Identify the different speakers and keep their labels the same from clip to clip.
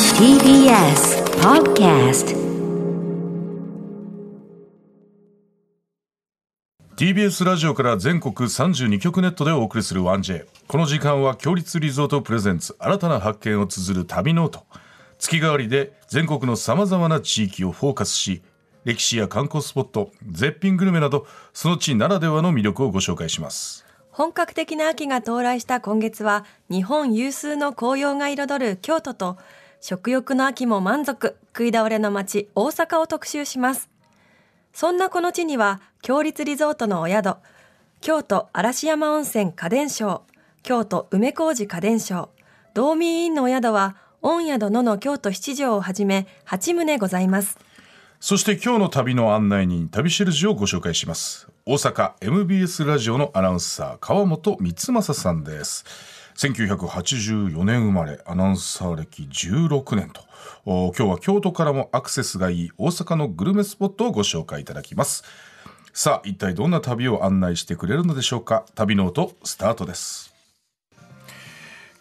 Speaker 1: TBS Podcast
Speaker 2: TBS ラジオから全国32局ネットでお送りする 1J この時間は強立リゾートプレゼンツ新たな発見を綴る旅ノート月替わりで全国のさまざまな地域をフォーカスし歴史や観光スポット絶品グルメなどその地ならではの魅力をご紹介します
Speaker 3: 本格的な秋が到来した今月は日本有数の紅葉が彩る京都と食欲の秋も満足食い倒れの街大阪を特集しますそんなこの地には強立リゾートのお宿京都嵐山温泉家電商京都梅小路家電商道民院のお宿は御宿野の京都七条をはじめ8棟ございます
Speaker 2: そして今日の旅の案内人旅しるじをご紹介します大阪 MBS ラジオのアナウンサー川本光正さんです1984年生まれアナウンサー歴16年とお今日は京都からもアクセスがいい大阪のグルメスポットをご紹介いただきますさあ一体どんな旅を案内してくれるのでしょうか旅ノートスタートです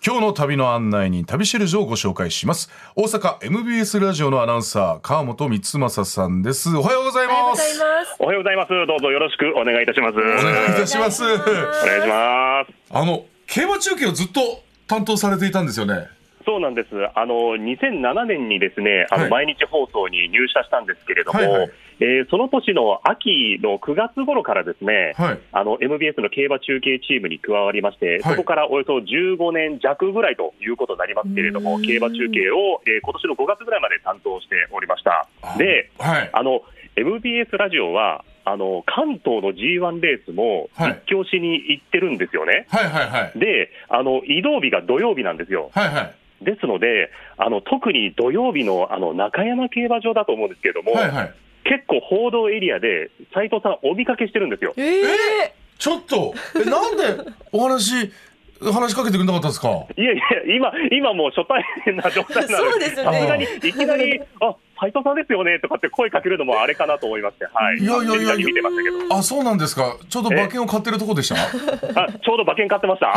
Speaker 2: 今日の旅の案内に旅シェルジュをご紹介します大阪 MBS ラジオのアナウンサー川本光正さんですおはようござい
Speaker 3: おはよう
Speaker 2: ま
Speaker 3: ござい
Speaker 2: す
Speaker 3: ます
Speaker 4: おはようございます。どうぞよろしくお願いいたします。お
Speaker 2: お願いいたします
Speaker 3: お願いします
Speaker 4: 願いします。
Speaker 2: あの競馬中継をずっと担当されていたんですよね
Speaker 4: そうなんです。あの、2007年にですね、あ
Speaker 2: は
Speaker 4: の、
Speaker 2: い
Speaker 4: 毎日放送に入社したんですけれども、
Speaker 2: はいはい
Speaker 4: えーその年の秋の9月頃からですね、
Speaker 2: はい
Speaker 4: あの、MBS の競馬中継チームに加わりまして、
Speaker 2: はい
Speaker 4: そこからおよそ15年弱ぐらいということになりますけれど
Speaker 3: う
Speaker 4: も、
Speaker 3: ん
Speaker 4: 競馬中継を、えー今年の5月ぐらいまで担当しておりました。で、
Speaker 2: はい
Speaker 4: あの、MBS ラジオは、あの、関東の G1 レースも
Speaker 2: はい
Speaker 4: 実況しに行ってるんですよね。
Speaker 2: はいはいはい
Speaker 4: で、あの、移動日が土曜日なんですよ。
Speaker 2: はいはい
Speaker 4: ですので、あの、特に土曜日の、あの、中山競馬場だと思うんですけれども、
Speaker 2: はいはい
Speaker 4: 結構報道エリアで、斎藤さんお見かけしてるんですよ。
Speaker 3: え
Speaker 2: えちょっとえなんでお話話しかけてくれなかったんですか
Speaker 4: いやいや、今、今もう初対面な状態な
Speaker 3: そ
Speaker 4: の
Speaker 3: うで
Speaker 4: で、
Speaker 3: すよ
Speaker 4: さ
Speaker 3: ね
Speaker 4: すがに、いきなり、あ、斎藤さんですよね、とかって声かけるのもあれかなと思いまして、はい。
Speaker 2: いやいやいやいや
Speaker 4: 勝手に見てましたけど。
Speaker 2: あそうなんですかちょうど馬券を買ってるとこでした
Speaker 4: あ、ちょうど馬券買ってました。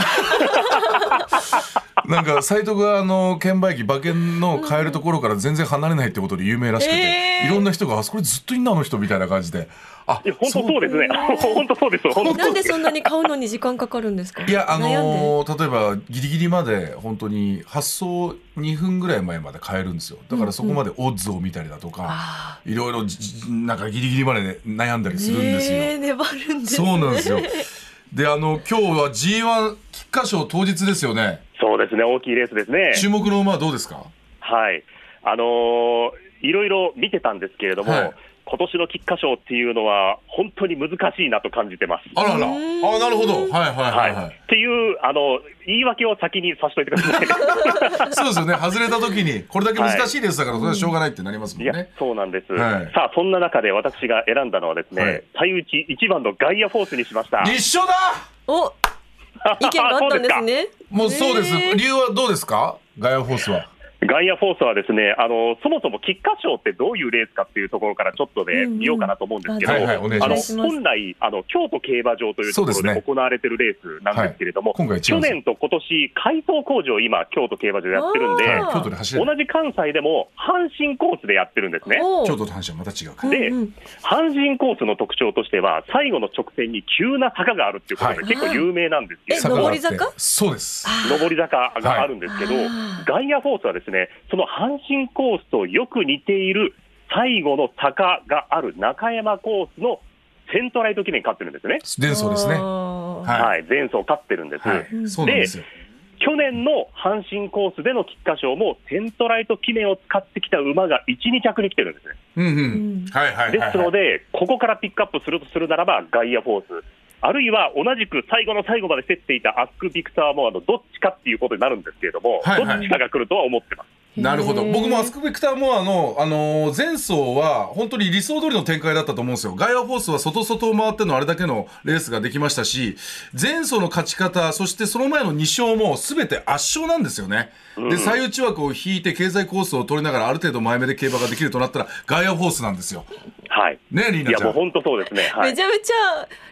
Speaker 2: なんかサイトがあの券売機馬券の買えるところから全然離れないってことで有名らしくて、
Speaker 3: えー
Speaker 2: いろんな人があそこにずっといんなあの人みたいな感じであ
Speaker 4: いや、本当そうですね。本当そうです。本当
Speaker 3: なんでそんなに買うのに時間かかるんですか
Speaker 2: いやあ
Speaker 3: 悩んで
Speaker 2: のー例えばギリギリまで本当に発送2分ぐらい前まで買えるんですよだからそこまでオッズを見たりだとか、
Speaker 3: あ
Speaker 2: いろいろじじなんかギリギリまで悩んだり
Speaker 3: ー
Speaker 2: するんですよ、
Speaker 3: ねえ粘るんですね
Speaker 2: そうなんですよであの今日は G1 菊花賞当日ですよね
Speaker 4: そうですね。大きいレースですね。
Speaker 2: 注目の馬はどうですか
Speaker 4: はい。あのーいろいろ見てたんですけれども、
Speaker 2: はい
Speaker 4: 今年の菊花賞っていうのは本当に難しいなと感じてます。
Speaker 2: あららあ
Speaker 3: うーん
Speaker 2: なるほどはいはいは、
Speaker 4: はいい。
Speaker 2: はい
Speaker 4: っていう、あの、言い訳を先にさせといてください。
Speaker 2: そうですよね。外れた時に、これだけ難しいレースだから、それはしょうがないってなりますも
Speaker 4: い
Speaker 2: ん
Speaker 4: や
Speaker 2: ね。、
Speaker 4: そうなんです。
Speaker 2: はい
Speaker 4: さあ、そんな中で私が選んだのはですね、
Speaker 2: はい
Speaker 4: 最内一番のガイアフォースにしました。
Speaker 2: 一緒だ
Speaker 3: お意見があったんです ね。
Speaker 2: もうそうです。
Speaker 3: へー
Speaker 2: 理由はどうですかガイアフォースは。
Speaker 4: ガイアフォースはですね、あの、そもそも菊花賞ってどういうレースかっていうところからちょっとね、
Speaker 3: うんうん
Speaker 4: 見ようかなと思うんですけど、
Speaker 2: あはいはいお願いし
Speaker 4: あ
Speaker 2: ま
Speaker 4: の
Speaker 2: す
Speaker 4: 本来あの、京都競馬場という
Speaker 2: そう
Speaker 4: ところ
Speaker 2: ですね
Speaker 4: で行われてるレースなんですけれども、
Speaker 2: はい今回違う
Speaker 4: 去
Speaker 2: んです
Speaker 4: 年と今年改装工事を今、京都競馬場でやってるんで、
Speaker 3: あー
Speaker 2: はい京都で走れる。
Speaker 4: 同じ関西でも阪神コースでやってるんですね。
Speaker 3: お
Speaker 2: 京都と阪神はまた違うか
Speaker 3: う
Speaker 2: ら。
Speaker 3: んうん
Speaker 4: 阪神コースの特徴としては、最後の直線に急な坂があるっていうことで、
Speaker 2: はい
Speaker 4: 結構有名なんですけ
Speaker 3: え
Speaker 4: れど
Speaker 2: 坂があって
Speaker 3: 上り坂
Speaker 2: そうです。
Speaker 4: 上り坂があるんですけど、
Speaker 3: はいあー
Speaker 4: ガイアフォースはですね、その阪神コースとよく似ている最後の坂がある中山コースのセントライト記念勝ってるんですね。
Speaker 2: 伝送ですね。
Speaker 3: は
Speaker 2: は。
Speaker 4: はいい、前走勝ってるんです。
Speaker 2: はい。そうなんですよ。
Speaker 4: 去年の阪神コースでの菊花賞もセントライト記念を使ってきた馬が1、2着に来てるんですね。
Speaker 2: うんう
Speaker 3: うん
Speaker 2: ん。はいはいはい
Speaker 4: で
Speaker 2: はい。
Speaker 4: すので、ここからピックアップするとするならば、ガイアフォース。あるいは同じく最後の最後まで競っていたアスク・ビクターもあのどっちかっていうことになるんですけれども、
Speaker 2: はいはい
Speaker 4: どっちかが来るとは思ってます。
Speaker 2: なるほど
Speaker 3: へー
Speaker 2: 僕もアスクビクターモアの、あのー前走は本当に理想通りの展開だったと思うんですよガイアフォースは外外を回ってのあれだけのレースができましたし前走の勝ち方そしてその前の2勝も全て圧勝なんですよね、で最内枠を引いて経済コースを取りながらある程度前目で競馬ができるとなったらガイアフォースなんですよ
Speaker 4: はい。
Speaker 2: ねリー
Speaker 4: い
Speaker 2: ナ
Speaker 4: や、
Speaker 2: ちゃ。
Speaker 4: もうん本当そうですね。は
Speaker 3: め
Speaker 4: い
Speaker 3: ち。ゃめちゃ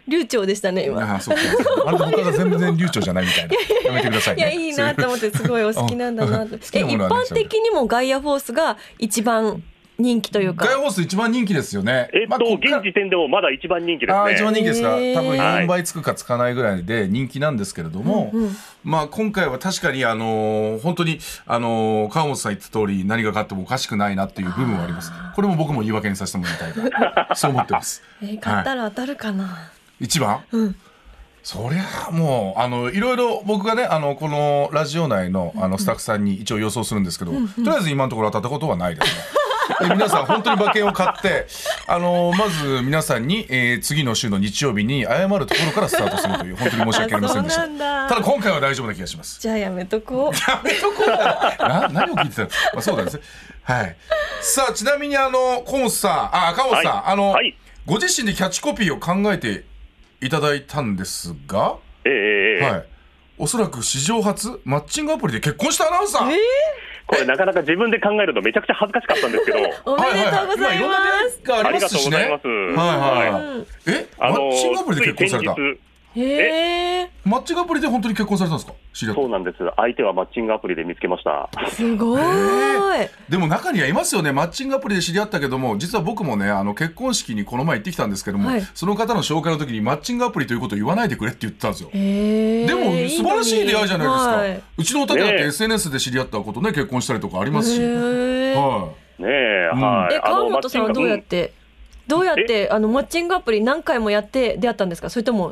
Speaker 3: 流暢でしたね今。
Speaker 2: ああ、そうか。あれ他が全然流暢じゃないみたいな。やめてください
Speaker 3: い
Speaker 2: ね。
Speaker 3: やいいなと思ってすごいお好きなんだなと
Speaker 2: 好。き
Speaker 3: え
Speaker 2: な
Speaker 3: 一
Speaker 2: ものはね
Speaker 3: 般的にもガイアフォースが一番人気というか
Speaker 2: ガイア。ホース一番人気ですよね。
Speaker 4: えっ
Speaker 2: まあ
Speaker 4: と、
Speaker 2: こっから
Speaker 4: 現時点でもまだ一番人気で
Speaker 2: ああ一
Speaker 4: す
Speaker 2: 番
Speaker 4: ね。
Speaker 2: 人気ですか、
Speaker 3: へー
Speaker 2: 多分
Speaker 4: はい
Speaker 2: 4倍つくかつかないぐらいで人気なんですけれども、
Speaker 3: うんうん
Speaker 2: まあ、今回は確かに、あのー本当に、あのー川本さん言った通り何が勝ってもおかしくないなっていう部分はありますこれも僕も言い訳にさせてもらいたい なそう思ってます
Speaker 3: えー買ったら当たるかな。
Speaker 2: 一番、そりゃあもうあのいろいろ僕がねあのこのラジオ内のあのスタッフさんに一応予想するんですけど、とりあえず今のところ当たったことはないですね。え皆さん本当に馬券を買って、 あのまず皆さんに、えー次の週の日曜日に謝るところからスタートするという本当に申し訳ありませんでし
Speaker 3: あ
Speaker 2: た。
Speaker 3: そうなんだ
Speaker 2: ただ今回は大丈夫な気がします。
Speaker 3: じゃあやめとこう。
Speaker 2: やめとこうかな。な何を聞いてたの、 まあ、そうなんですね。はい。さあ、ちなみに、あの、コンさん、あ、赤本さん、
Speaker 4: はい
Speaker 2: あの、
Speaker 4: はい
Speaker 2: ご自身でキャッチコピーを考えていただいたんですが、
Speaker 4: ええええええ
Speaker 2: はい。おそらく史上初、マッチングアプリで結婚したアナウンサー。
Speaker 3: え
Speaker 4: これなかなか自分で考えるのめちゃくちゃ恥ずかしかったんですけど、
Speaker 3: おめでとうござい
Speaker 2: はは
Speaker 3: ま
Speaker 2: は
Speaker 3: す。
Speaker 2: 今 いろんな出会いがあ
Speaker 4: あ
Speaker 2: り
Speaker 4: り
Speaker 2: ま
Speaker 4: が
Speaker 2: す
Speaker 4: とう
Speaker 2: し
Speaker 4: ご
Speaker 2: ね。
Speaker 4: ざいます。
Speaker 2: はいはいは。
Speaker 4: はい
Speaker 3: うん
Speaker 2: え、マ
Speaker 4: あの
Speaker 2: ッチングアプリで
Speaker 4: つい
Speaker 2: 結婚された。
Speaker 4: 先日
Speaker 3: へえ
Speaker 2: マッチングアプリで本当に結婚されたんですか知り合っ
Speaker 4: そ
Speaker 2: て
Speaker 4: うなんです。相手はマッチングアプリで見つけました。
Speaker 3: すごーい。
Speaker 2: でも中にはいますよね、マッチングアプリで知り合ったけども、実は僕もね、あの結婚式にこの前行ってきたんですけども、
Speaker 3: はい
Speaker 2: その方の紹介の時にマッチングアプリということを言わないでくれって言ってたんですよ。
Speaker 3: へえ
Speaker 2: でも素晴らしい出会いじゃないですか。
Speaker 3: はい、
Speaker 2: うちのお宅だって
Speaker 4: ねえ
Speaker 2: SNS で知り合ったことね、結婚したりとかありますし。
Speaker 3: へー
Speaker 2: は
Speaker 4: ねえ、
Speaker 2: うん
Speaker 4: はい。
Speaker 3: え川本さんはどうやっ
Speaker 4: うん
Speaker 3: て、どうやってあのマッチングアプリ何回もやって出会ったんですかそれとも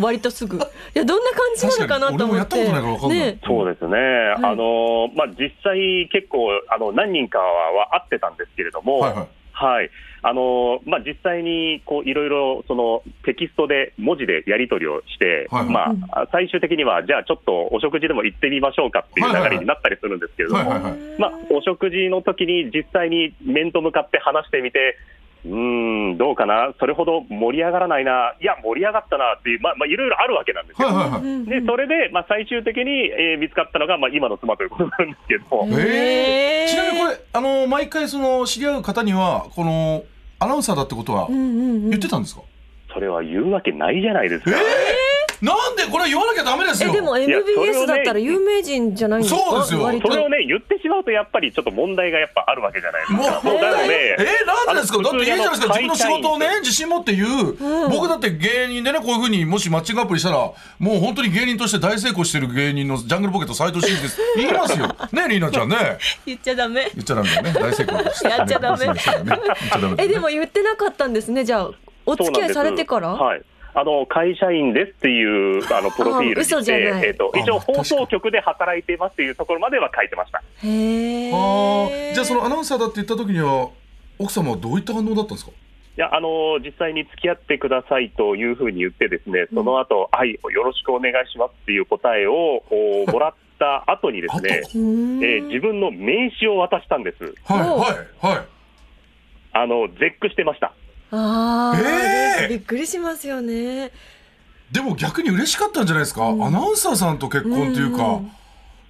Speaker 3: 割 とすぐいやどんな感じなのかなと思っ
Speaker 2: 確かに俺も
Speaker 3: て
Speaker 2: やったことないから分かんない
Speaker 3: ね
Speaker 4: そうですね、
Speaker 3: い
Speaker 4: あのまあ、実際、結構あの何人かは会ってたんですけれど
Speaker 2: い。
Speaker 4: も、
Speaker 2: は
Speaker 4: はいい
Speaker 2: はい。
Speaker 4: あのまあ、実際にこういろいろそのテキストで、文字でやり取りをして、
Speaker 2: はいはい
Speaker 4: ま
Speaker 3: うん
Speaker 4: あ、最終的には、じゃあちょっとお食事でも行ってみましょうかっていう流れになったりするんですけれども、
Speaker 2: はいはいはい。
Speaker 4: まあ、お食事の時に実際に面と向かって話してみて、うーん、どうかな、それほど盛り上がらないな、いや、盛り上がったなっていう、まあ、まあいろいろあるわけなんですよ。
Speaker 2: はいはいはい。
Speaker 3: うん
Speaker 4: でそれで、まあ、最終的に、えー見つかったのが、まあ、今の妻ということなんですけど、
Speaker 3: うんへー
Speaker 2: ちなみにこれ、あの、毎回その知り合う方には、この、アナウンサーだってことは
Speaker 3: うんうんうん
Speaker 2: 言ってたんですか、
Speaker 4: それは言うわけないじゃないですか。
Speaker 2: なんでこれ言わなきゃダメです
Speaker 3: え
Speaker 2: よ
Speaker 3: でも
Speaker 4: いやそれ
Speaker 3: MBS
Speaker 4: をね
Speaker 3: だったら有名人じゃないんですか
Speaker 2: そうですよ
Speaker 3: 割
Speaker 4: そ
Speaker 3: と
Speaker 4: れをね、言ってしまうと、やっぱりちょっと問題がやっぱあるわけじゃないですか。
Speaker 2: もう、
Speaker 4: もうなの
Speaker 2: え
Speaker 4: で、
Speaker 2: ー、なんでです
Speaker 4: あ
Speaker 2: か
Speaker 4: の
Speaker 2: だっていいじゃないですか自分の仕事をね
Speaker 4: 普
Speaker 2: 自
Speaker 4: 通にあの会社員
Speaker 2: 信持って言う、
Speaker 3: うん
Speaker 2: 僕だって芸人でねこういうふうにもしマッチングアプリしたらもう本当に芸人として大成功してる芸人のジャングルポケット斎藤真一です言いますよねリーナちゃんね
Speaker 3: 言っちゃダメ
Speaker 2: 言っちゃダメだよね大成功して
Speaker 3: やっちゃダメ
Speaker 2: 言っちゃダメだよね言っちゃダメだ
Speaker 3: え
Speaker 2: よね
Speaker 3: でも言ってなかったんですねじゃあお
Speaker 4: そう
Speaker 3: 付
Speaker 4: なん
Speaker 3: き
Speaker 4: で
Speaker 3: 合い
Speaker 4: す
Speaker 3: されてから、
Speaker 4: はい。あの、会社員ですっていう、あの、プロフィールに
Speaker 3: あ嘘
Speaker 4: し
Speaker 3: じ
Speaker 4: て
Speaker 3: ゃない、
Speaker 4: えっ、と、
Speaker 2: あ
Speaker 4: 一応
Speaker 2: 確かに
Speaker 4: 放送局で働いていますっていうところまでは書いてました。
Speaker 3: へえ
Speaker 2: あーじゃあそのアナウンサーだって言った時には奥様はどういった反応だったんですか
Speaker 4: いや、あの、実際に付き合ってくださいというふうに言ってですね、その後、はい、よろしくお願いしますっていう答えを、おもらった後にですね、
Speaker 3: うーん
Speaker 4: えー自分の名刺を渡したんです。
Speaker 2: はい
Speaker 3: おう
Speaker 2: はいはい
Speaker 4: あの、絶句してました。
Speaker 3: あー、
Speaker 2: えー
Speaker 3: びっくりしますよね。
Speaker 2: でも逆に嬉しかったんじゃないですか、
Speaker 3: うん
Speaker 2: アナウンサーさんと結婚というか、
Speaker 3: うん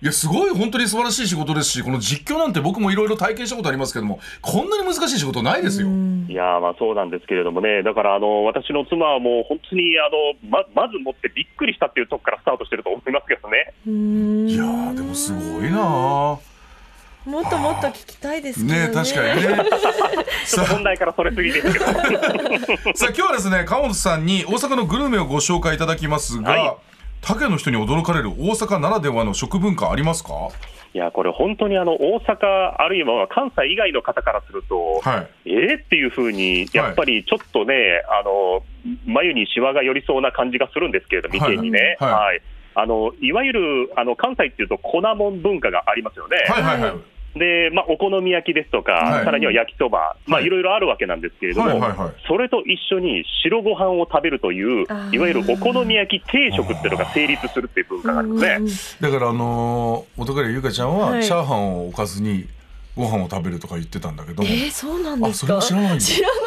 Speaker 2: いやすごい本当に素晴らしい仕事ですしこの実況なんて僕もいろいろ体験したことありますけどもこんなに難しい仕事ないですよ、
Speaker 3: うん
Speaker 4: いやーまあそうなんですけれどもね、だからあの私の妻はもう本当にあのままず持ってびっくりしたっていうとこからスタートしてると思いますけどね。
Speaker 2: いやーでもすごいなあ
Speaker 3: もっともっと聞きたいですけどね。
Speaker 2: ね確かにね
Speaker 4: ちょっと本題からそれすぎです けど、
Speaker 2: さあ今日はですね川本さんに大阪のグルメをご紹介いただきますが、
Speaker 4: はい
Speaker 2: 他県の人に驚かれる大阪ならではの食文化ありますかはい
Speaker 4: やこれ本当にあの大阪あるいは関西以外の方からすると、
Speaker 2: い
Speaker 4: えーっていうふうにやっぱりちょっとね、あの眉にシワが寄りそうな感じがするんですけれど、眉間にね。
Speaker 2: は
Speaker 4: はいいあのいわゆるあの関西っていうと粉もん文化がありますよね。
Speaker 2: はいはいはい
Speaker 3: は
Speaker 4: で、まあ、お好み焼きですとか、
Speaker 2: はい
Speaker 4: さらには焼きそば、まあ、
Speaker 2: はい
Speaker 4: いろいろあるわけなんですけれども、
Speaker 2: はいはいはい
Speaker 4: それと一緒に白ご飯を食べるという
Speaker 3: あー、
Speaker 4: いわゆるお好み焼き定食っていうのが成立するっていう文化があるんですね。
Speaker 3: うんうん
Speaker 2: だからあのー、元からゆうかちゃんは、
Speaker 3: はい
Speaker 2: チャーハンをおかずにご飯を食べるとか言ってたんだけど
Speaker 3: えー、そうなん
Speaker 2: あ
Speaker 3: で
Speaker 2: そ
Speaker 3: す
Speaker 2: れ
Speaker 3: か。
Speaker 2: は知らないんだ
Speaker 3: 知らなか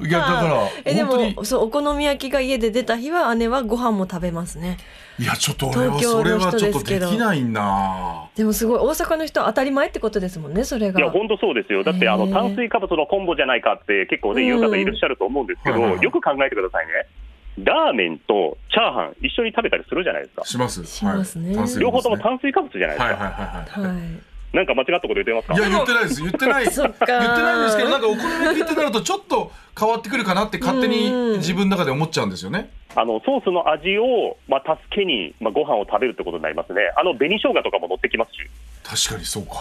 Speaker 2: いやだから
Speaker 3: えで
Speaker 2: 本当に
Speaker 3: もそうお好み焼きが家で出た日は姉はご飯も食べますね
Speaker 2: いやちょっと俺は
Speaker 3: 東京の
Speaker 2: それは
Speaker 3: 人
Speaker 2: ちょっ
Speaker 3: で
Speaker 2: と
Speaker 3: すけ
Speaker 2: で
Speaker 3: ど
Speaker 2: きないな
Speaker 3: でもすごい大阪の人は当たり前ってことですもんねそれが
Speaker 4: いや本当そうですよ、だってあ
Speaker 3: へ
Speaker 4: の
Speaker 3: ー
Speaker 4: 炭水化物のコンボじゃないかって、結構ね、言う方いらっしゃると思うんですけど、
Speaker 2: うんはいはい
Speaker 4: よく考えてくださいね、ラーメンとチャーハン、一緒に食べたりするじゃないですか、
Speaker 2: します
Speaker 3: しますね
Speaker 2: はい、炭水
Speaker 4: 両
Speaker 2: 化物ね
Speaker 4: 方とも炭水化物じゃないですか、
Speaker 2: はいはいはいはい、
Speaker 3: はい
Speaker 4: なんか間違ったこと言ってますか
Speaker 2: い、や言ってないです言ってない言って
Speaker 3: そっか
Speaker 2: ないんですけどなんかお好み焼きってなるとちょっと変わってくるかなって勝手
Speaker 3: うん
Speaker 2: に自分の中で思っちゃうんですよね
Speaker 4: あのソースの味を、まあ、助けに、まあ、ご飯を食べるってことになりますね、あの紅生姜とかも乗ってきますし、
Speaker 2: 確かにそうか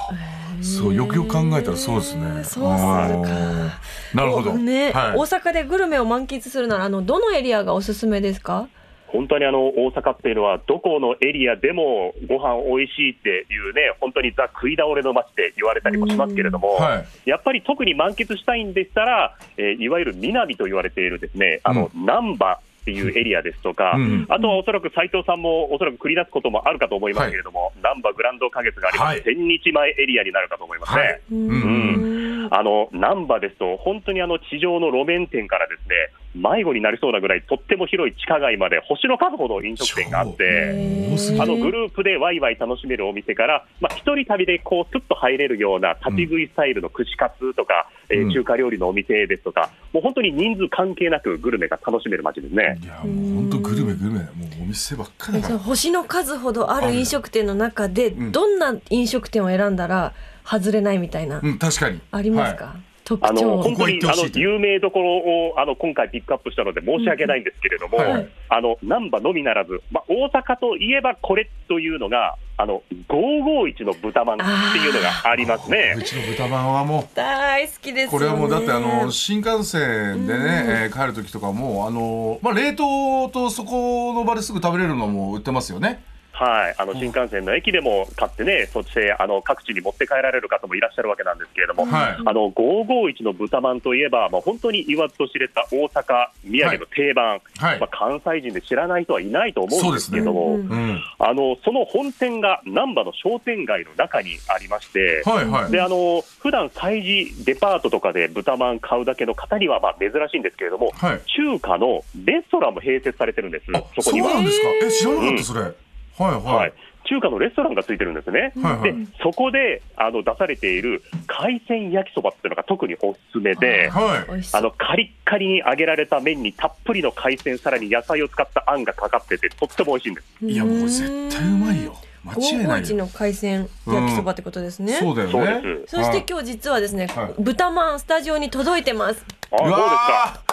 Speaker 3: ー
Speaker 2: そうよくよく考えたらそうですね
Speaker 3: そうするか
Speaker 2: うんなるほど
Speaker 3: おね、
Speaker 2: はい
Speaker 3: 大阪でグルメを満喫するならあのどのエリアがおすすめですか
Speaker 4: 本当にあの大阪っていうのは、どこのエリアでもご飯美味しいっていうね、本当にザ・食い倒れの街って言われたりもしますけれども、
Speaker 2: はい
Speaker 4: やっぱり特に満喫したいんでしたら、えーいわゆる南と言われているですね、あの、難波っていうエリアですとか、
Speaker 2: うん
Speaker 4: あとはおそらく斉藤さんもおそらく繰り出すこともあるかと思いますけれども、難波グランド花月があります、
Speaker 2: はい
Speaker 4: 千日前エリアになるかと思いますね。
Speaker 2: はい
Speaker 3: うん
Speaker 4: んあの難波ですと、本当にあの地上の路面店からですね迷子になりそうなぐらい、とっても広い地下街まで、星の数ほど飲食店があって、
Speaker 2: 多すぎ
Speaker 4: あのグループでワイワイ楽しめるお店から、まあ、一人旅でこうスッと入れるような立ち食いスタイルの串カツとか、えー
Speaker 2: うん
Speaker 4: 中華料理のお店ですとか、もう本当に人数関係なくグルメが楽しめる街ですね。
Speaker 2: いやもう本当グルメグルメもうお店ばっかり
Speaker 3: え
Speaker 2: だ
Speaker 3: そ
Speaker 2: か
Speaker 3: の
Speaker 2: ら
Speaker 3: 星の数ほどある飲食店の中で、
Speaker 2: うん
Speaker 3: どんな飲食店を選んだら外れないみたいな、
Speaker 2: うん確かに
Speaker 3: ありますか、
Speaker 2: は
Speaker 3: 特
Speaker 4: あの
Speaker 3: 徴
Speaker 4: 本当
Speaker 2: ここは行っ
Speaker 4: にあ
Speaker 2: て
Speaker 4: の
Speaker 2: ほしいと
Speaker 4: 有名どころをあの今回ピックアップしたので申し訳ないんですけれども、
Speaker 2: うんはい
Speaker 4: あの難波のみならず、まあ、大阪といえばこれというのが、あの551の豚まんっていうのがありますね
Speaker 2: う。ちの豚まんはもう
Speaker 3: 大好きです
Speaker 2: こ
Speaker 3: よね
Speaker 2: れはもうだってあの新幹線でね、えー帰る時とかもうあの、まあ、冷凍とそこの場ですぐ食べれるのも売ってますよね
Speaker 4: はい、あの新幹線の駅でも買ってね、そしてあの各地に持って帰られる方もいらっしゃるわけなんですけれども、
Speaker 2: はい
Speaker 4: あの551の豚まんといえば、まあ、本当に言わずと知れた大阪、宮城の定番、
Speaker 2: はい
Speaker 4: まあ、関西人で知らない人はいないと思うんですけれども、
Speaker 3: そうですね
Speaker 2: うん
Speaker 4: あのその本店が難波の商店街の中にありまして、
Speaker 2: はいはい
Speaker 4: であの普段催事デパートとかで豚まん買うだけの方にはまあ珍しいんですけれども、
Speaker 2: はい
Speaker 4: 中華のレストランも併設されてるんです
Speaker 2: あ、
Speaker 4: そこに
Speaker 2: うな
Speaker 4: は
Speaker 2: ん。ですか
Speaker 3: へー
Speaker 2: え知らなかっ
Speaker 4: うん
Speaker 2: たそれ、はいは
Speaker 4: はいい、中華のレストランがついてるんですね。
Speaker 2: はいはい
Speaker 4: でそこであの出されている海鮮焼きそばっていうのが特におすすめで
Speaker 3: あ。
Speaker 2: はい
Speaker 3: 美味しそ
Speaker 4: あ
Speaker 3: う
Speaker 4: のカリッカリに揚げられた麺にたっぷりの海鮮さらに野菜を使ったあんがかかっててとっても美味しいんです
Speaker 2: いやもうこれ絶対うまいよ間違い
Speaker 3: 551
Speaker 2: ないよ
Speaker 3: の海鮮焼きそばってことですね、
Speaker 2: そうだよね
Speaker 4: そうです
Speaker 3: そして今日実はですね、
Speaker 2: はい
Speaker 3: 豚まんスタジオに届いてます
Speaker 4: あそう
Speaker 2: う
Speaker 4: ですか
Speaker 2: わ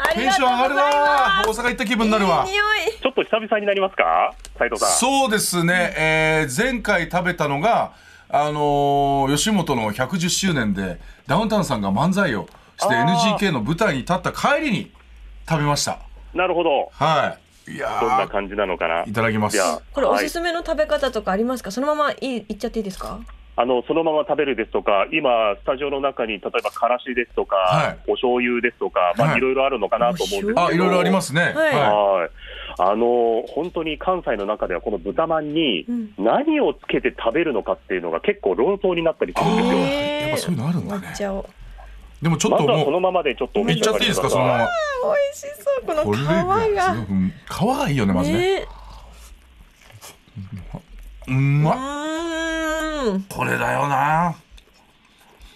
Speaker 3: あ
Speaker 2: ー
Speaker 3: り
Speaker 2: テン
Speaker 3: が
Speaker 2: ショ
Speaker 3: とう
Speaker 2: ン上が
Speaker 3: ご
Speaker 2: る
Speaker 3: ざい
Speaker 2: わ
Speaker 3: ま
Speaker 2: ー大阪行った気分になるわ
Speaker 3: すいい匂い
Speaker 4: ちょっと久々になりますか斉藤さん
Speaker 2: そうですね、えー前回食べたのが、あのー吉本の110周年でダウンタウンさんが漫才をして
Speaker 4: あー
Speaker 2: NGK の舞台に立った帰りに食べました
Speaker 4: なるほど
Speaker 2: はいいや
Speaker 4: どんな
Speaker 2: ー
Speaker 4: 感じなのかない
Speaker 2: ただきます
Speaker 4: じゃあ
Speaker 3: これお
Speaker 4: は
Speaker 3: す
Speaker 4: い
Speaker 3: すめの食べ方とかありますか、そのままいいいっちゃっていいですか
Speaker 4: あのそのまま食べるですとか今スタジオの中に例えばからしですとか、
Speaker 2: はい
Speaker 4: お醤油ですとか、ま
Speaker 2: は
Speaker 4: あ、
Speaker 2: い
Speaker 4: いろいろあるのかなと思うんですけど、
Speaker 2: あいろいろありますすね
Speaker 3: はい
Speaker 2: は
Speaker 4: はい、あの本当に関西の中ではこの豚まんに
Speaker 3: うん
Speaker 4: 何をつけて食べるのかっていうのが結構論争になったりするんですよ。
Speaker 2: ーやっぱそういうのあるんだね
Speaker 3: 抹茶を
Speaker 2: い、でもちょっ
Speaker 4: まず
Speaker 2: と
Speaker 4: はそ
Speaker 2: も
Speaker 4: のままでちょっとお
Speaker 2: うい
Speaker 4: 召
Speaker 2: っ
Speaker 4: し
Speaker 2: ちゃ
Speaker 4: 上
Speaker 2: っ
Speaker 4: が
Speaker 2: てい
Speaker 4: り
Speaker 2: いで
Speaker 4: く
Speaker 2: すか
Speaker 4: だ
Speaker 2: その
Speaker 4: さ
Speaker 2: ま
Speaker 4: い。
Speaker 2: ま
Speaker 3: 美味しそうこの
Speaker 2: これ
Speaker 3: 皮
Speaker 2: が
Speaker 3: が
Speaker 2: すごいうん皮がいいよねまずね
Speaker 3: ね
Speaker 2: うまっ
Speaker 3: うーん
Speaker 2: これだよな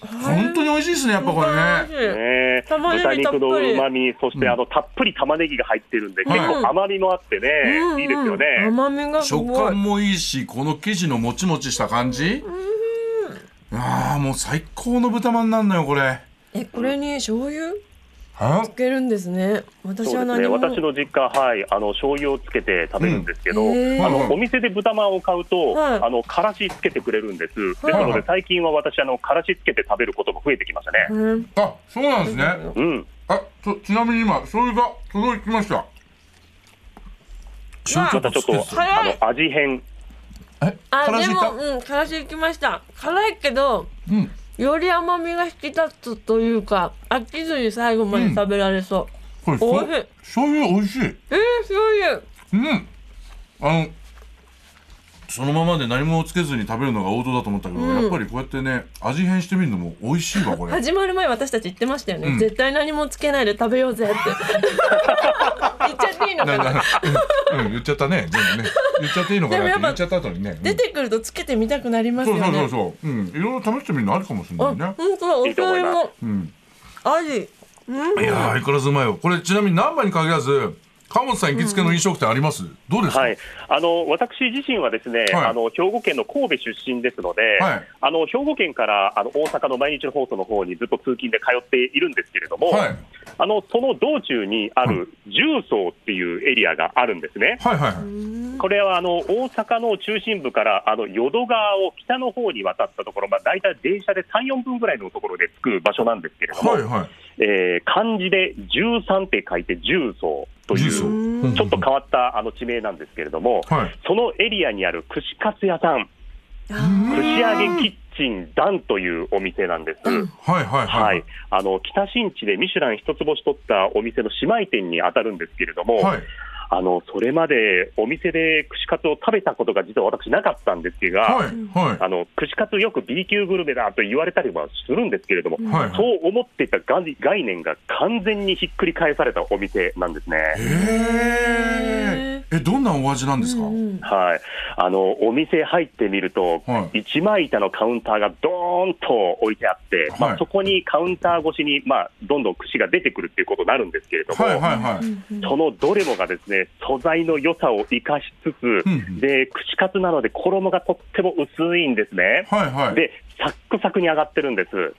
Speaker 2: 本当に美味しいですねやっぱこれね
Speaker 3: 美味しい
Speaker 4: ねえ
Speaker 3: 玉ね
Speaker 4: 豚
Speaker 3: ぎたっぷり
Speaker 4: 肉のうまみ、そしてあのたっぷり玉ねぎが入ってるんで、結構甘みもあってね、
Speaker 3: うんうん
Speaker 4: いいですよね。
Speaker 3: 甘み がす
Speaker 2: 食
Speaker 3: ごい
Speaker 2: 感もいいしこの生地のもちもちした感じああもう最高の豚まんなんだよこれ
Speaker 3: えこれに醤油
Speaker 2: あ
Speaker 3: つけるんですね私
Speaker 4: そ
Speaker 3: は
Speaker 4: うですね、
Speaker 3: 何も
Speaker 4: 私の実家、はい、あの醤油をつけて食べるんですけど、
Speaker 3: うんへー
Speaker 4: あのお店で豚まんを買うと、
Speaker 3: はい
Speaker 4: あのからしつけてくれるんです、です
Speaker 2: はい
Speaker 4: ので最近は私あの、からしつけて食べることも増えてきましたね。
Speaker 3: うん
Speaker 2: あそうなんですね
Speaker 4: うん、
Speaker 2: あちちなみに今醤油が届きました
Speaker 4: またちょっとあ
Speaker 3: 早い
Speaker 4: の味変、
Speaker 2: え
Speaker 3: あ
Speaker 2: 辛
Speaker 3: で
Speaker 2: 子いっ
Speaker 3: も
Speaker 2: た
Speaker 3: うんからしいきました辛いけど
Speaker 2: うん
Speaker 3: より甘みが引き立つというか飽きずに最後まで食べられそう、
Speaker 2: これ
Speaker 3: おいしい
Speaker 2: 醤油美味しい
Speaker 3: えー、醤油
Speaker 2: うんあのそのままで何もつけずに食べるのが王道だと思ったけど、
Speaker 3: うん
Speaker 2: やっぱりこうやってね味変してみるのも美味しいわこれ
Speaker 3: 始まる前私たち言ってましたよね、
Speaker 2: うん
Speaker 3: 絶対何もつけないで食べようぜって 言っちゃっていいのか
Speaker 2: な
Speaker 3: な
Speaker 2: な うん、言っちゃったね全部ね言っちゃっていいのかなって言
Speaker 3: でもや
Speaker 2: っ
Speaker 3: っぱ
Speaker 2: ちゃった後にね、うん
Speaker 3: 出てくるとつけてみたくなります
Speaker 2: そ
Speaker 3: よ
Speaker 2: うそ
Speaker 3: ね
Speaker 2: うそうそう、うん、いろいろ試してみるのあるかもしれない
Speaker 3: あ
Speaker 2: ね
Speaker 3: 本当だお
Speaker 4: いいと思
Speaker 3: 醤
Speaker 4: い
Speaker 3: 油
Speaker 4: ま
Speaker 3: も
Speaker 2: うん
Speaker 3: あり
Speaker 2: いやー相変わらずうまいよこれちなみに何番に限らず川本さん行きつけの飲食店あります、どうですか、
Speaker 4: はい、あの私自身はです
Speaker 2: は
Speaker 4: ね、
Speaker 2: い
Speaker 4: あの兵庫県の神戸出身ですので、
Speaker 2: はい
Speaker 4: あの兵庫県からあの大阪の毎日の放送の方にずっと通勤で通っているんですけれども、
Speaker 2: はい
Speaker 4: あのその道中にある重曹っていうエリアがあるんですね。
Speaker 2: はいはいはい
Speaker 4: これはあの大阪の中心部からあの淀川を北の方に渡ったところ、まあ、大体電車で3、4分ぐらいのところで着く場所なんですけれども、
Speaker 2: はいはい
Speaker 4: えー漢字で13って書いて重曹と
Speaker 2: 重曹
Speaker 4: いう、ち
Speaker 2: うんうん
Speaker 4: ょっと変わったあの地名なんですけれども、
Speaker 2: はい
Speaker 4: そのエリアにある串カツ屋さん、
Speaker 3: あ
Speaker 4: 串揚げキッチンダンというお店なんです。
Speaker 2: はいはいは
Speaker 4: はいい、あの北新地でミシュラン一つ星取ったお店の姉妹店に当たるんですけれども、
Speaker 2: はい
Speaker 4: あのそれまでお店で串カツを食べたことが実は私なかったんですが、
Speaker 2: はいはい
Speaker 4: あの串カツよく B 級グルメだと言われたりはするんですけれども、
Speaker 2: はいはい
Speaker 4: そう思っていた概概念が完全にひっくり返されたお店なんですね。
Speaker 2: ええどんなお味なんですか、
Speaker 3: うんうん
Speaker 4: はい、あのお店入ってみると、
Speaker 2: はい
Speaker 4: 一枚板のカウンターがドーンと置いてあって、ま
Speaker 2: はい
Speaker 4: あ、そこにカウンター越しに、まあ、どんどん串が出てくるっていうことになるんですけれども、
Speaker 2: はいはいはい、
Speaker 4: そのどれもがですね素材の良さを生かしつつ、
Speaker 2: うん
Speaker 4: で串カツなので衣がとっても薄いんですね。
Speaker 2: はいはい
Speaker 4: でサックサクに上がってるんです。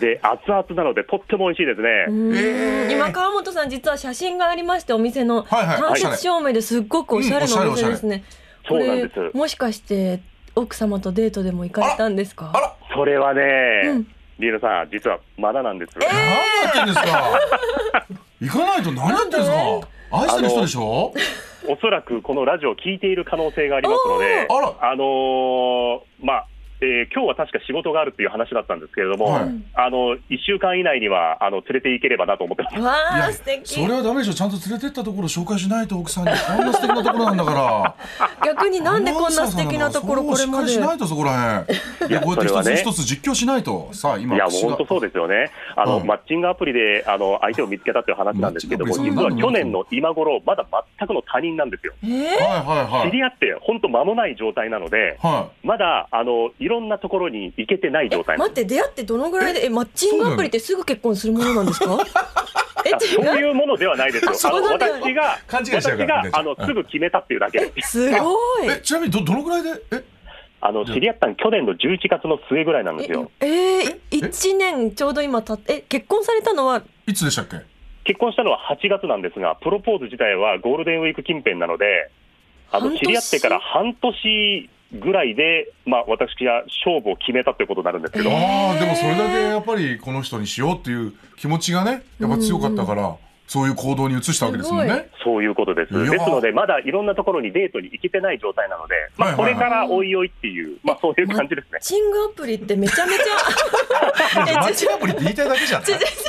Speaker 4: で熱々なのでとっても美味しいですね。
Speaker 2: えー
Speaker 3: 今川本さん実は写真がありましてお店の
Speaker 2: はいはい
Speaker 3: 間接照明ですっごくおしゃれな
Speaker 2: うん
Speaker 3: お
Speaker 2: おしゃ
Speaker 3: 店
Speaker 2: れ
Speaker 3: ですね、
Speaker 4: そうなんです
Speaker 3: これもしかして奥様とデートでも行かれたんですか
Speaker 2: あら
Speaker 4: それはね、
Speaker 3: うん
Speaker 4: リードさん実はまだなんです。
Speaker 2: 何やってんですか行かないと何やってんです
Speaker 3: なん
Speaker 2: か愛してる人でしょ
Speaker 4: おそらくこのラジオを聞いている可能性がありますので、
Speaker 2: あら
Speaker 4: あのーまあ、えー今日は確か仕事があるっていう話だったんですけれども、
Speaker 2: はい
Speaker 4: あの1週間以内にはあの連れていければなと思ってます。
Speaker 2: い
Speaker 3: わ
Speaker 2: や
Speaker 3: あ素敵
Speaker 2: それはダメでしょちゃんと連れてったところを紹介しないと奥さんにこんな素敵なところなんだから
Speaker 3: 逆に なんでこんな素敵なところこれま
Speaker 2: そうしっか
Speaker 3: で
Speaker 2: りしないとそこら へんいやこうやって
Speaker 4: それはね
Speaker 2: 一つ一つ実況しないとさあ今
Speaker 4: いやもう
Speaker 2: 私
Speaker 4: 本
Speaker 2: が
Speaker 4: 当そうですよね、あの
Speaker 2: うん
Speaker 4: マッチングアプリであの相手を見つけたという話なんですけども、
Speaker 2: マッチン
Speaker 4: 実
Speaker 2: グアプ
Speaker 4: は
Speaker 2: リ
Speaker 4: 去年の今頃まだ全くの他人なんですよ、
Speaker 3: え
Speaker 2: はいはいは
Speaker 4: 知
Speaker 2: い
Speaker 4: り合って本当、間もない状態なので、
Speaker 2: は
Speaker 4: まだあのいろんなところに行けてない状態
Speaker 3: ー、
Speaker 4: なん
Speaker 3: 待って
Speaker 4: です
Speaker 3: 出会ってどのぐらいでえマッチングアプリってすぐ結婚するものなんですかえ
Speaker 4: あ
Speaker 3: 違
Speaker 4: そう
Speaker 3: う
Speaker 4: いうものではないですよ。
Speaker 3: あそう
Speaker 4: あの
Speaker 3: なんだ
Speaker 4: 私が、
Speaker 2: 勘違いしちゃう
Speaker 4: 私
Speaker 2: から勘違い
Speaker 4: が
Speaker 2: しちゃう
Speaker 4: あのすぐ決めたっていうだけです。
Speaker 3: すごい
Speaker 2: いえちなみにどどのぐらいでえ
Speaker 4: あの知り合ったの去年の11月の末ぐらいなんですよ。
Speaker 3: えー、1年ちょうど今たってえ結婚されたのはい
Speaker 2: つでしたっけ
Speaker 4: 結婚したのは8月なんですが、プロポーズ自体はゴールデンウィーク近辺なので、あの
Speaker 3: 半年
Speaker 4: 知り合ってから半年ぐらいで、まあ、私が勝負を決めたということになるんですけど、
Speaker 2: ああでもそれだけやっぱりこの人にしようっていう気持ちがねやっぱ強かったからそういう行動に移したわけですもん
Speaker 3: すご
Speaker 2: ね。
Speaker 4: そういうことです。
Speaker 2: いやー
Speaker 4: ですので、まだいろんなところにデートに行けてない状態なので、ま
Speaker 2: は
Speaker 4: あ、
Speaker 2: いはい
Speaker 4: こ
Speaker 2: はい
Speaker 4: れからおいおいっていう、まあ、そういう感じですね
Speaker 3: マッ。チングアプリってめちゃめちゃえちょ
Speaker 2: マッチングアプリって言いたいだけじゃ ない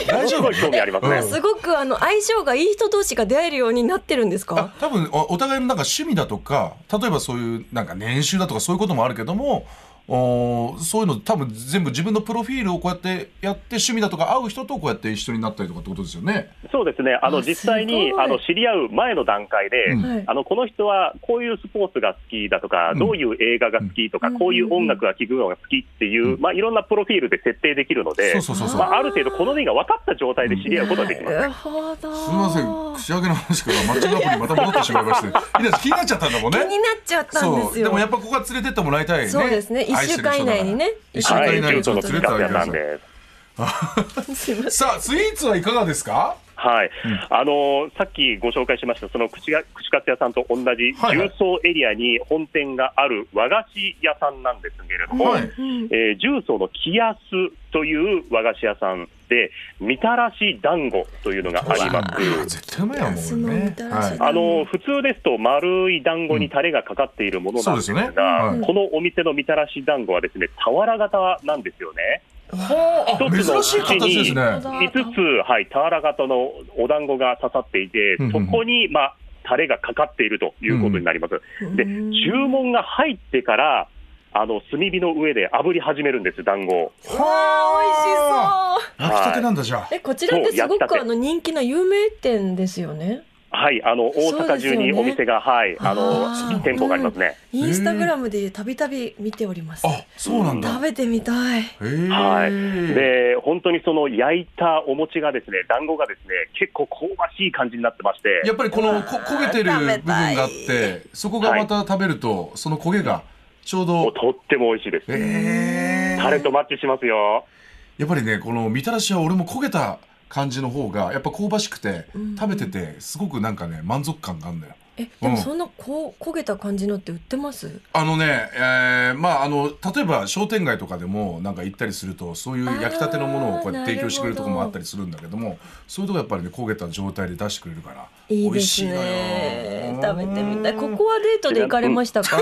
Speaker 2: 大丈
Speaker 4: すごい興味ありますね。
Speaker 2: うん
Speaker 3: すごくあの相性がいい人同士が出会えるようになってるんです
Speaker 2: あ
Speaker 3: か。
Speaker 2: 多分おお互いのなんか趣味だとか例えばそういうなんか年収だとかそういうこともあるけどもおーそういうの多分全部自分のプロフィールをこうやってやって趣味だとか合う人とこうやって一緒になったりとかってことですよね。
Speaker 4: そうですね、あの
Speaker 3: あ
Speaker 4: 実際に
Speaker 3: すごい
Speaker 4: あの知り合う前の段階で、
Speaker 2: うん
Speaker 3: はい
Speaker 4: あのこの人はこういうスポーツが好きだとか、
Speaker 2: うん
Speaker 4: どういう映画が好きとか、
Speaker 3: うん
Speaker 4: こういう音楽が聴くのが好きっていう、まあ、いろんなプロフィールで設定できるので、
Speaker 2: そうそうそうそう
Speaker 4: まあ、ある程度、好みが分かった状態で知り合うことができます。
Speaker 3: なるほど。
Speaker 2: すみません口上げの話からマッチングアプリまた戻ってしまいま していや気になっちゃったんだもん
Speaker 3: 気
Speaker 2: ね。
Speaker 3: になっちゃったんで
Speaker 2: そう
Speaker 3: す
Speaker 2: で
Speaker 3: よ。
Speaker 2: もやっぱここは連れてってもらいたいね。
Speaker 3: そうですね
Speaker 2: 愛してる人だから
Speaker 3: 一週間以内にね
Speaker 2: 一週
Speaker 3: は
Speaker 2: 間
Speaker 4: は
Speaker 2: 以
Speaker 4: い、と
Speaker 2: 内
Speaker 4: い
Speaker 2: に
Speaker 4: う
Speaker 2: ち
Speaker 4: こ
Speaker 2: ょっと連れてあ
Speaker 4: とです、
Speaker 2: げてくださ
Speaker 4: なん
Speaker 2: い。
Speaker 4: です。
Speaker 3: すいません。
Speaker 2: さあスイーツはいかがですか？
Speaker 4: はい、あのーさっきご紹介しました、その串が串カツ屋さんと同じ
Speaker 2: はいはい
Speaker 4: 重曹エリアに本店がある和菓子屋さんなんですけれども、
Speaker 2: はい
Speaker 4: えー重曹の木安という和菓子屋さんで、みたらし団子というのがありま
Speaker 2: あー
Speaker 4: す。
Speaker 2: 絶対うまいわもうね。
Speaker 3: 安のみたらし
Speaker 2: はい
Speaker 3: 団
Speaker 4: あの普通ですと丸い団子にタレがかかっているものなんですが、
Speaker 2: うんそうですねはい
Speaker 4: このお店のみたらし団子はですね俵型なんですよね。
Speaker 2: はああ
Speaker 4: 一つの
Speaker 2: 珍しい形ですね。
Speaker 3: 本当だ
Speaker 4: 5つ、はい、俵型のお団子が刺さっていて
Speaker 2: うん、
Speaker 4: そこに、まあ、タレがかかっているということになります。で、
Speaker 3: うん
Speaker 4: 注文が入ってから、あの炭火の上で炙り始めるんです、団子を。
Speaker 3: わあ、美味し
Speaker 4: はい
Speaker 2: 焼きたてなんだじゃあ
Speaker 3: そう。え、こちらってすご
Speaker 4: そう
Speaker 3: く
Speaker 4: やったて
Speaker 3: あの人気の有名店ですよね。
Speaker 4: はい、あの大
Speaker 3: そうで
Speaker 4: 阪
Speaker 3: す
Speaker 4: 中
Speaker 3: よね
Speaker 4: にお店が、はい、あの
Speaker 3: あー
Speaker 4: 店舗がありますね。
Speaker 3: インスタグラムでたびたび見ております。
Speaker 2: あそうなんだ
Speaker 3: 食べてみたい。
Speaker 2: へえ
Speaker 4: はい、で本当にその焼いたお餅がですね団子がですね結構香ばしい感じになってまして
Speaker 2: やっぱりこのこ焦げてる部分があっ
Speaker 3: 食べ
Speaker 2: てそこがまた食べるとその焦げがちょう
Speaker 4: も
Speaker 2: ど
Speaker 4: うとっても美味しいです
Speaker 2: え
Speaker 4: タレとマッチしますよ
Speaker 2: やっぱりねこのみたらしは俺も焦げた感じの方がやっぱ香ばしくて
Speaker 3: うん
Speaker 2: 食べててすごくなんかね満足感があるんだよ
Speaker 3: え、でもそんなこう焦げた感じのって売ってます？
Speaker 2: あのね、えーまああの例えば商店街とかでもなんか行ったりするとそういう焼きたてのものをこうやって提供してくれるとこもあったりするんだけどもそういうとこやっぱりね焦げた状態で出してくれるから
Speaker 3: い
Speaker 2: 美
Speaker 3: いで
Speaker 2: 味
Speaker 3: す
Speaker 2: しいのよ
Speaker 3: ね。食べてみたい。こ
Speaker 2: うん
Speaker 3: こはデートで行かれましたか？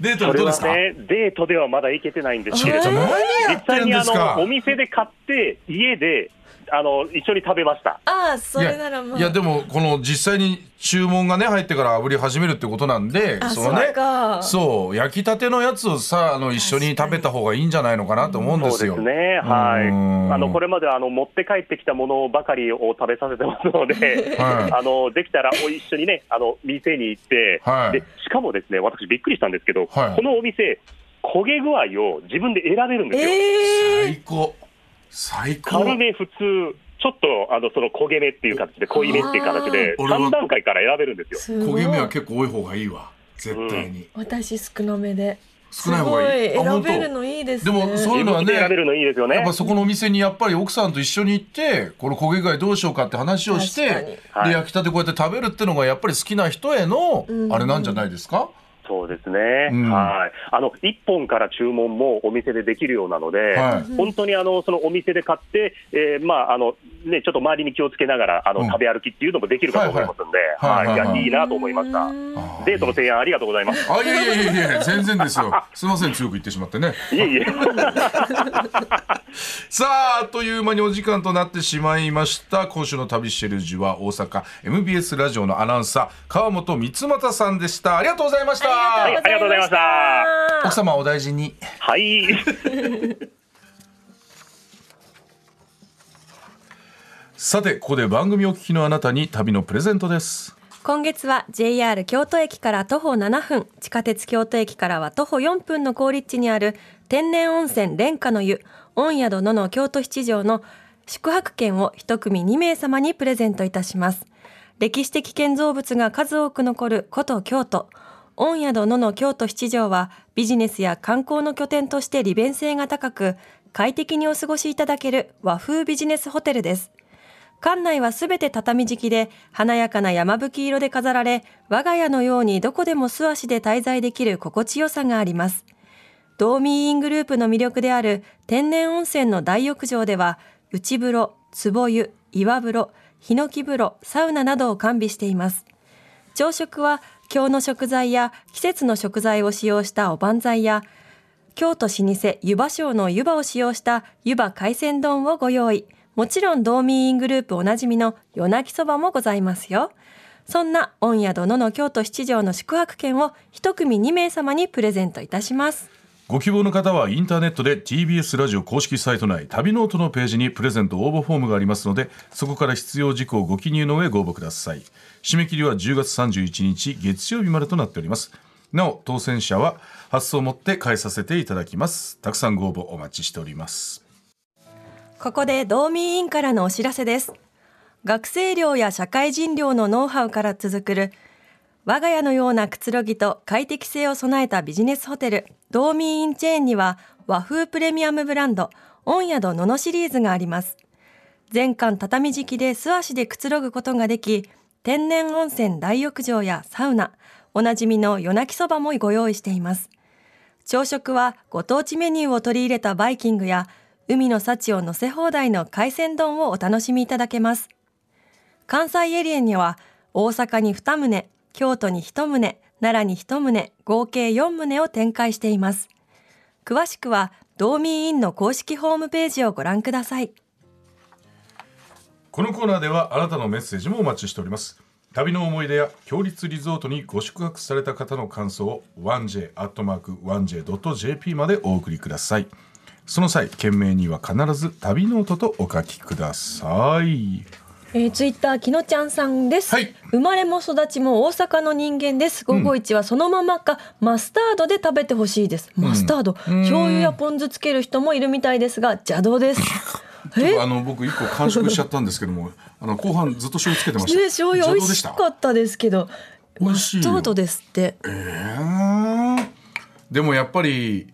Speaker 2: デート
Speaker 4: そ
Speaker 2: はど
Speaker 4: れ
Speaker 2: うで
Speaker 4: は
Speaker 2: すか、
Speaker 4: ねデートではまだ行けてないんですけれども
Speaker 2: あー
Speaker 4: 実際に
Speaker 2: 何や
Speaker 4: あ
Speaker 2: ってんですか
Speaker 4: のお店で買って家であの一緒に食べました
Speaker 3: ああ、それならまあ。
Speaker 2: いやいやでもこの実際に注文がね入ってから炙り始めるってことなんで
Speaker 3: あ、
Speaker 2: そ
Speaker 3: そ
Speaker 2: の
Speaker 3: う
Speaker 2: ね
Speaker 3: か。
Speaker 2: そう焼きたてのやつをさあの一緒に食べた方がいいんじゃないのかなと思うんで
Speaker 4: そう
Speaker 2: す
Speaker 4: で
Speaker 2: よ。
Speaker 4: すね、はい、
Speaker 2: うん
Speaker 4: あのこれまであの持って帰ってきたものばかりを食べさせてますので、
Speaker 2: はい
Speaker 4: あのできたらお一緒にね、あの店に行って、
Speaker 2: はい
Speaker 4: で、しかもですね私、びっくりしたんですけど、
Speaker 2: はい
Speaker 4: このお店、焦げ具合を自分で選べるんですよ、
Speaker 3: ええ。
Speaker 2: 最高最高
Speaker 4: 軽め、普通、ちょっとあのその焦げ目っていう形で、濃いめっていう形で、
Speaker 2: あー俺は
Speaker 4: 3段階から選べるんですよ。
Speaker 3: す
Speaker 2: 焦
Speaker 3: ごい
Speaker 2: げ目は結構多い方がいいわ絶対に、
Speaker 3: 私少なめで。
Speaker 2: 少ない方がいい
Speaker 3: すご
Speaker 2: あ
Speaker 3: 選
Speaker 2: 本当
Speaker 3: べるのいいですね。
Speaker 2: でもそういう
Speaker 4: 自
Speaker 2: のは
Speaker 4: 分
Speaker 2: ね
Speaker 4: で選べるのいいですよね。
Speaker 2: やっぱそこのお店にやっぱり奥さんと一緒に行ってこの焦げ具合どうしようかって話をして
Speaker 3: 確かに
Speaker 2: で
Speaker 4: はい
Speaker 2: 焼きたてこうやって食べるってのがやっぱり好きな人への
Speaker 3: うん
Speaker 2: あれなんじゃないですか、
Speaker 4: そうですね、
Speaker 2: うん
Speaker 4: はいあの1本から注文もお店でできるようなので、
Speaker 2: はい
Speaker 4: 本当にあのそのお店で買って、えーまああのね、ちょっと周りに気をつけながらあの、
Speaker 2: うん
Speaker 4: 食べ歩きっていうのもできるかと思いますんで、
Speaker 2: は
Speaker 4: はいい
Speaker 2: はい
Speaker 4: い
Speaker 2: はいはい
Speaker 4: やいいなと思いました。
Speaker 2: あー
Speaker 4: デートの提案ありがとうございます。
Speaker 2: あいやいやいやいや全然ですよすいません強く言ってしまってね
Speaker 4: いえいえ、
Speaker 2: さああっという間にお時間となってしまいました今週の旅シェルジュは大阪 MBS ラジオのアナウンサー川本光又さんでしたありがとうございました
Speaker 4: はいありがとうございました。
Speaker 2: 奥様お大事に
Speaker 4: はい。
Speaker 2: さてここで番組お聞きのあなたに旅のプレゼントです
Speaker 3: 今月は JR 京都駅から徒歩7分地下鉄京都駅からは徒歩4分の好立地にある天然温泉蓮華の湯御宿のの京都七条の宿泊券を一組2名様にプレゼントいたします歴史的建造物が数多く残る古都京都御宿のの京都七条はビジネスや観光の拠点として利便性が高く快適にお過ごしいただける和風ビジネスホテルです館内はすべて畳敷きで華やかな山吹色で飾られ我が家のようにどこでも素足で滞在できる心地よさがありますドーミーイングループの魅力である天然温泉の大浴場では内風呂、壺湯、岩風呂、ヒノキ風呂、サウナなどを完備しています朝食は京の食材や季節の食材を使用したおばんざいや京都老舗湯葉賞の湯葉を使用した湯葉海鮮丼をご用意もちろん道民イングループおなじみの夜泣きそばもございますよそんな御宿のの京都七条の宿泊券を一組2名様にプレゼントいたします
Speaker 2: ご希望の方はインターネットで TBS ラジオ公式サイト内旅ノートのページにプレゼント応募フォームがありますのでそこから必要事項をご記入の上ご応募ください締め切りは10月31日月曜日までとなっておりますなお当選者は発送をもって返させていただきますたくさんご応募お待ちしております
Speaker 3: ここで道民委員からのお知らせです学生寮や社会人寮のノウハウから続くる我が家のようなくつろぎと快適性を備えたビジネスホテル道民インチェーンには和風プレミアムブランド御宿ののシリーズがあります全館畳敷きで素足でくつろぐことができ天然温泉大浴場やサウナおなじみの夜泣きそばもご用意しています朝食はご当地メニューを取り入れたバイキングや海の幸を乗せ放題の海鮮丼をお楽しみいただけます関西エリアには大阪に2棟京都に1棟奈良に1棟合計4棟を展開しています詳しくは道民院の公式ホームページをご覧ください
Speaker 2: このコーナーではあなたのメッセージもお待ちしております旅の思い出や強立リゾートにご宿泊された方の感想を 1j.1j.jp までお送りくださいその際件名には必ず旅ノートとお書きください
Speaker 3: えー、ツイッターきのちゃんさんです、
Speaker 2: はい
Speaker 3: 生まれも育ちも大阪の人間です午後一はそのままか、マスタードで食べてほしいですマスタード、醤油やポン酢つける人もいるみたいですが邪道です
Speaker 2: ちょっ
Speaker 3: え
Speaker 2: とあの僕一個完食しちゃったんですけどもあの後半ずっと醤油つけてました
Speaker 3: ね醤油美
Speaker 2: 邪道
Speaker 3: 味
Speaker 2: で
Speaker 3: し
Speaker 2: た
Speaker 3: かったですけど
Speaker 2: 美
Speaker 3: マ
Speaker 2: 味しい
Speaker 3: ス
Speaker 2: よ
Speaker 3: タードですって
Speaker 2: えーでもやっぱり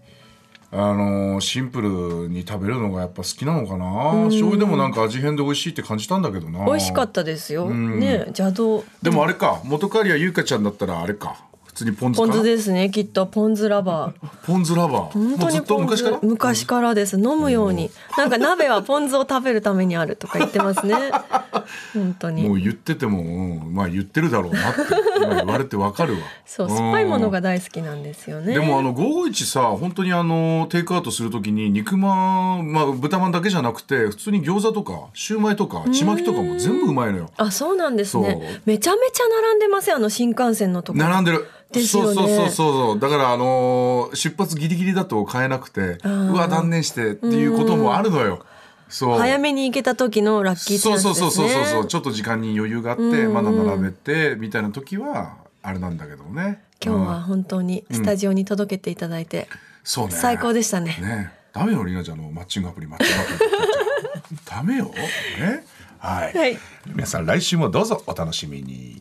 Speaker 2: あのシンプルに食べるのがやっぱ好きなのかな醤油でもなんか味変で美味しいって感じたんだけどな
Speaker 3: 美味しかったですよね邪道
Speaker 2: でもあれか元カリア優香ちゃんだったらあれか普通にポン酢
Speaker 3: ポ
Speaker 2: か
Speaker 3: ン
Speaker 2: な
Speaker 3: 酢ですねきっとポン酢ラバー
Speaker 2: ポン酢ラバー
Speaker 3: 本
Speaker 2: も
Speaker 3: 当
Speaker 2: うず
Speaker 3: に
Speaker 2: っと
Speaker 3: ポン
Speaker 2: 昔
Speaker 3: 酢
Speaker 2: から
Speaker 3: 昔からです飲むようになんか鍋はポン酢を食べるためにあるとか言ってま すね本当
Speaker 2: もう
Speaker 3: に
Speaker 2: 言ってても、うんまあ言ってるだろうなって今言われてわかるわ
Speaker 3: そうん酸っぱいものが大好きなんですよね
Speaker 2: でもあの551さ本当にあのテイクアウトするときに肉まん、まあ、豚まんだけじゃなくて普通に餃子とかシューマイとかちまきとかも全部うまいのよ
Speaker 3: あそうなんです
Speaker 2: そ
Speaker 3: ねめちゃめちゃ並んでませんあの新幹線のところ
Speaker 2: 並んでる
Speaker 3: ですよね
Speaker 2: そうそうそうそうだからあのー出発ギリギリだと買えなくてうわ断念してっていうこともあるのよそう
Speaker 3: 早めに行けた時のラッキーチャ
Speaker 2: そ
Speaker 3: ン
Speaker 2: う
Speaker 3: スで
Speaker 2: そう
Speaker 3: す
Speaker 2: そ
Speaker 3: ね
Speaker 2: うそうそうそうちょっと時間に余裕があってまだ並べてみたいな時はあれなんだけどね
Speaker 3: 今日
Speaker 2: う
Speaker 3: は
Speaker 2: ん
Speaker 3: 本当にスタジオに届けていただいて、
Speaker 2: そうね
Speaker 3: 最高でしたね
Speaker 2: ねダメよりなちゃんのマッチングアプリマッ チングアプリダメよねはい
Speaker 3: はい
Speaker 2: 皆さん来週もどうぞお楽しみに